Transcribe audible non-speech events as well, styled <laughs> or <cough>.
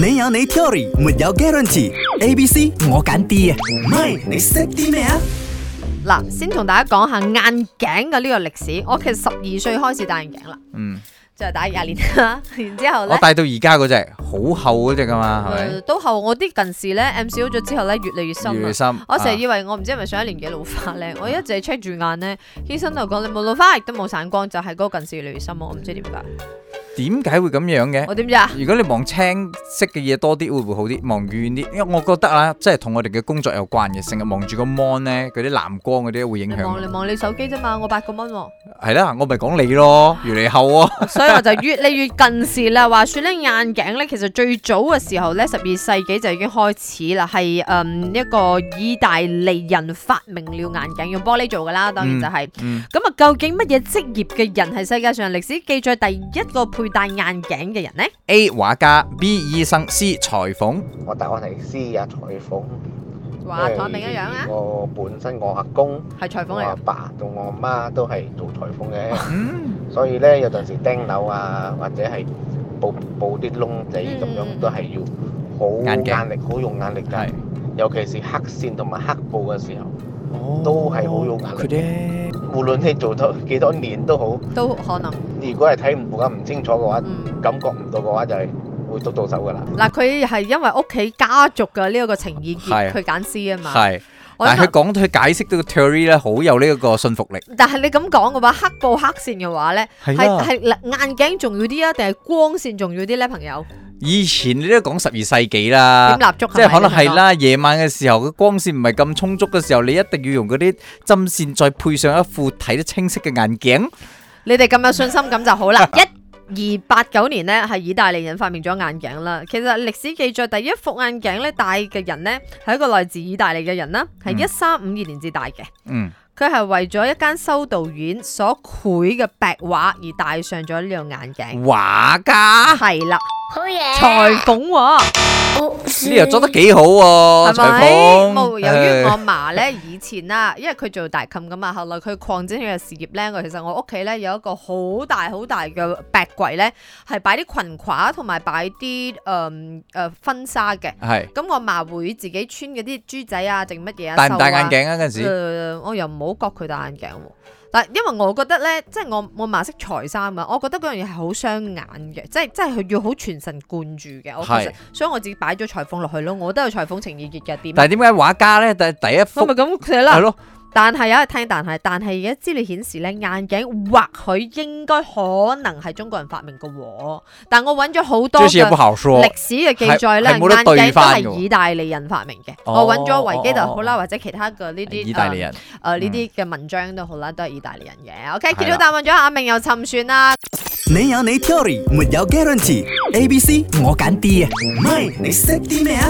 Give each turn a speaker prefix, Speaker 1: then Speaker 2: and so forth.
Speaker 1: 你有你 theory，沒有 guarantee。A、B、C 我揀 D 啊，唔係你識啲咩啊？
Speaker 2: 嗱，先同大家講下眼鏡嘅呢個歷史。我其實十二歲開始戴眼鏡啦，
Speaker 3: 嗯，
Speaker 2: 就係戴廿年啦。 <laughs> 然之後
Speaker 3: 我
Speaker 2: 咧，嗯
Speaker 3: 戴到而家嗰隻好厚嗰隻噶嘛，係咪？
Speaker 2: 誒都後我啲近視咧 MCO 咗之後咧，越嚟越深啊
Speaker 3: 越嚟越深，
Speaker 2: 我成日
Speaker 3: 啊
Speaker 2: 以為我唔知係咪上一年紀老化咧， <laughs> 我一直 check 住眼咧，醫生就講你冇老花，亦都冇散光，就係嗰個近視越嚟越深啊！我唔知點解，
Speaker 3: 點解會咁樣嘅？
Speaker 2: 我點知啊？
Speaker 3: 如果你望清晰嘅嘢多啲，會唔會好啲？望遠啲，因為我覺得啊，即係同我哋嘅工作有關嘅，成日望住個 mon 咧，嗰啲藍光嗰啲會影
Speaker 2: 你望
Speaker 3: 響
Speaker 2: 你。望你手機啫嘛，我八個蚊喎，
Speaker 3: 係啦，我咪講你咯，越嚟越厚啊！
Speaker 2: <laughs> 所以我就越嚟越近視啦。話說咧，眼鏡咧其實最早嘅時候咧，十二世紀就已經開始啦，係嗯一個意大利人發明了眼鏡，用玻璃做噶啦，當然就係、
Speaker 3: 嗯，
Speaker 2: 咁啊，究竟乜嘢職業嘅人係世界上歷史記載第一個佩戴眼鏡嘅人呢？
Speaker 3: A 畫家，B 醫生，C 裁縫。
Speaker 4: 我答案係 C 啊，裁縫。
Speaker 2: 話
Speaker 4: 因為
Speaker 2: 同我明一樣啊，
Speaker 4: 我本身我阿公、
Speaker 2: 係裁縫
Speaker 4: 我
Speaker 2: 嚟
Speaker 4: 阿
Speaker 2: 㗎。
Speaker 4: 爸同我阿媽都係做裁縫嘅， <laughs>
Speaker 3: 嗯，
Speaker 4: 所以咧有陣時釘紐啊，或者係補補啲窿仔咁
Speaker 2: 嗯
Speaker 4: 樣都係要好
Speaker 3: 眼鏡
Speaker 4: 眼力，好用眼力㗎
Speaker 3: 係。。
Speaker 4: 尤其是黑線同埋黑布嘅時候，都係好有壓力
Speaker 3: 哦佢咧，
Speaker 4: 無論你做多幾多年都好，
Speaker 2: 都可能，
Speaker 4: 如果係睇唔到嘅唔清楚嘅話，
Speaker 2: 嗯，
Speaker 4: 感覺唔到嘅話就係會督到手㗎啦。
Speaker 2: 嗱，佢係因為屋企家族嘅呢一個情意結，
Speaker 3: 係
Speaker 2: 佢揀 C 啊嘛。
Speaker 3: 係。
Speaker 2: 我諗
Speaker 3: 但係佢講佢解釋到個 theory 咧，好有呢一個信服力。
Speaker 2: 但係你咁講嘅話，黑布黑線嘅話咧，係
Speaker 3: 係啦，
Speaker 2: 係眼鏡重要啲啊，定係光線重要啲咧？朋友，
Speaker 3: 以前你都講十二世紀
Speaker 2: 點
Speaker 3: 啦。
Speaker 2: 蠟燭？
Speaker 3: 即係可能係。啦，夜晚嘅時候個光線唔係咁充足嘅時候，你一定要用嗰啲針線，再配上一副睇得清晰嘅眼鏡。
Speaker 2: 你哋咁有信心咁就好啦。一二八九年呢，係意大利人發明咗眼鏡啦。其實歷史記載第一副眼鏡咧戴嘅人呢，係一個來自意大利嘅人啦，係
Speaker 3: 嗯
Speaker 2: 一三五二年至戴嘅。
Speaker 3: 嗯，
Speaker 2: 佢係為咗一間修道院所繪嘅壁畫而戴上咗呢個眼鏡。
Speaker 3: 嗯畫家
Speaker 2: 係啦，
Speaker 5: 好嘢！
Speaker 2: 裁縫喎，
Speaker 3: 呢又做得幾好喎，
Speaker 2: 係
Speaker 3: 裁
Speaker 2: 咪？
Speaker 3: 縫。
Speaker 2: 冇，由於
Speaker 3: 唉
Speaker 2: 我嫲咧以前啦，因為佢做大琴噶嘛，後來佢擴展佢嘅事業咧，我其實我屋企咧有一個好大好大嘅壁櫃咧，係擺啲裙褂同埋擺啲誒誒婚紗嘅。
Speaker 3: 係
Speaker 2: 咁我嫲會自己穿嗰啲豬仔啊，定乜嘢啊？
Speaker 3: 戴唔戴
Speaker 2: 繡啊
Speaker 3: 眼鏡啊？嗰陣
Speaker 2: 誒、
Speaker 3: 時
Speaker 2: 呃我又唔好覺佢戴眼鏡喎。但因為我覺得咧，即係我我嫲識裁衫啊，我覺得嗰樣嘢係好傷眼嘅，即係即係佢要好全神貫注嘅。我其實
Speaker 3: 係
Speaker 2: 所以我自己擺咗裁縫落去咯，我都有裁縫情意結嘅點啊。
Speaker 3: 但係點解畫家咧？第第一
Speaker 2: 我
Speaker 3: 幅
Speaker 2: 咪咁寫
Speaker 3: 係
Speaker 2: 啦。
Speaker 3: 咯，
Speaker 2: 但係有一聽，但係但係而家資料顯示咧，眼鏡或許應該可能係中國人發明嘅喎。但我揾咗好多
Speaker 3: 這是也
Speaker 2: 嘅
Speaker 3: 不好說
Speaker 2: 歷。史嘅記載咧，
Speaker 3: 係
Speaker 2: 眼
Speaker 3: 係冇得
Speaker 2: 鏡都
Speaker 3: 對翻嘅
Speaker 2: 係
Speaker 3: 喎
Speaker 2: 意大利人發明嘅。
Speaker 3: 哦
Speaker 2: 我揾咗維基就好啦，
Speaker 3: 哦哦
Speaker 2: 或者其他嘅呢啲
Speaker 3: 意大利人，
Speaker 2: 誒呃呢啲嘅文章都好啦，都係意大利人嘅。OK，見到答案咗，阿明又沉船啦。
Speaker 1: 你有你 theory，沒有 guarantee。A、B、C 我揀 D 啊，唔係你識啲咩啊？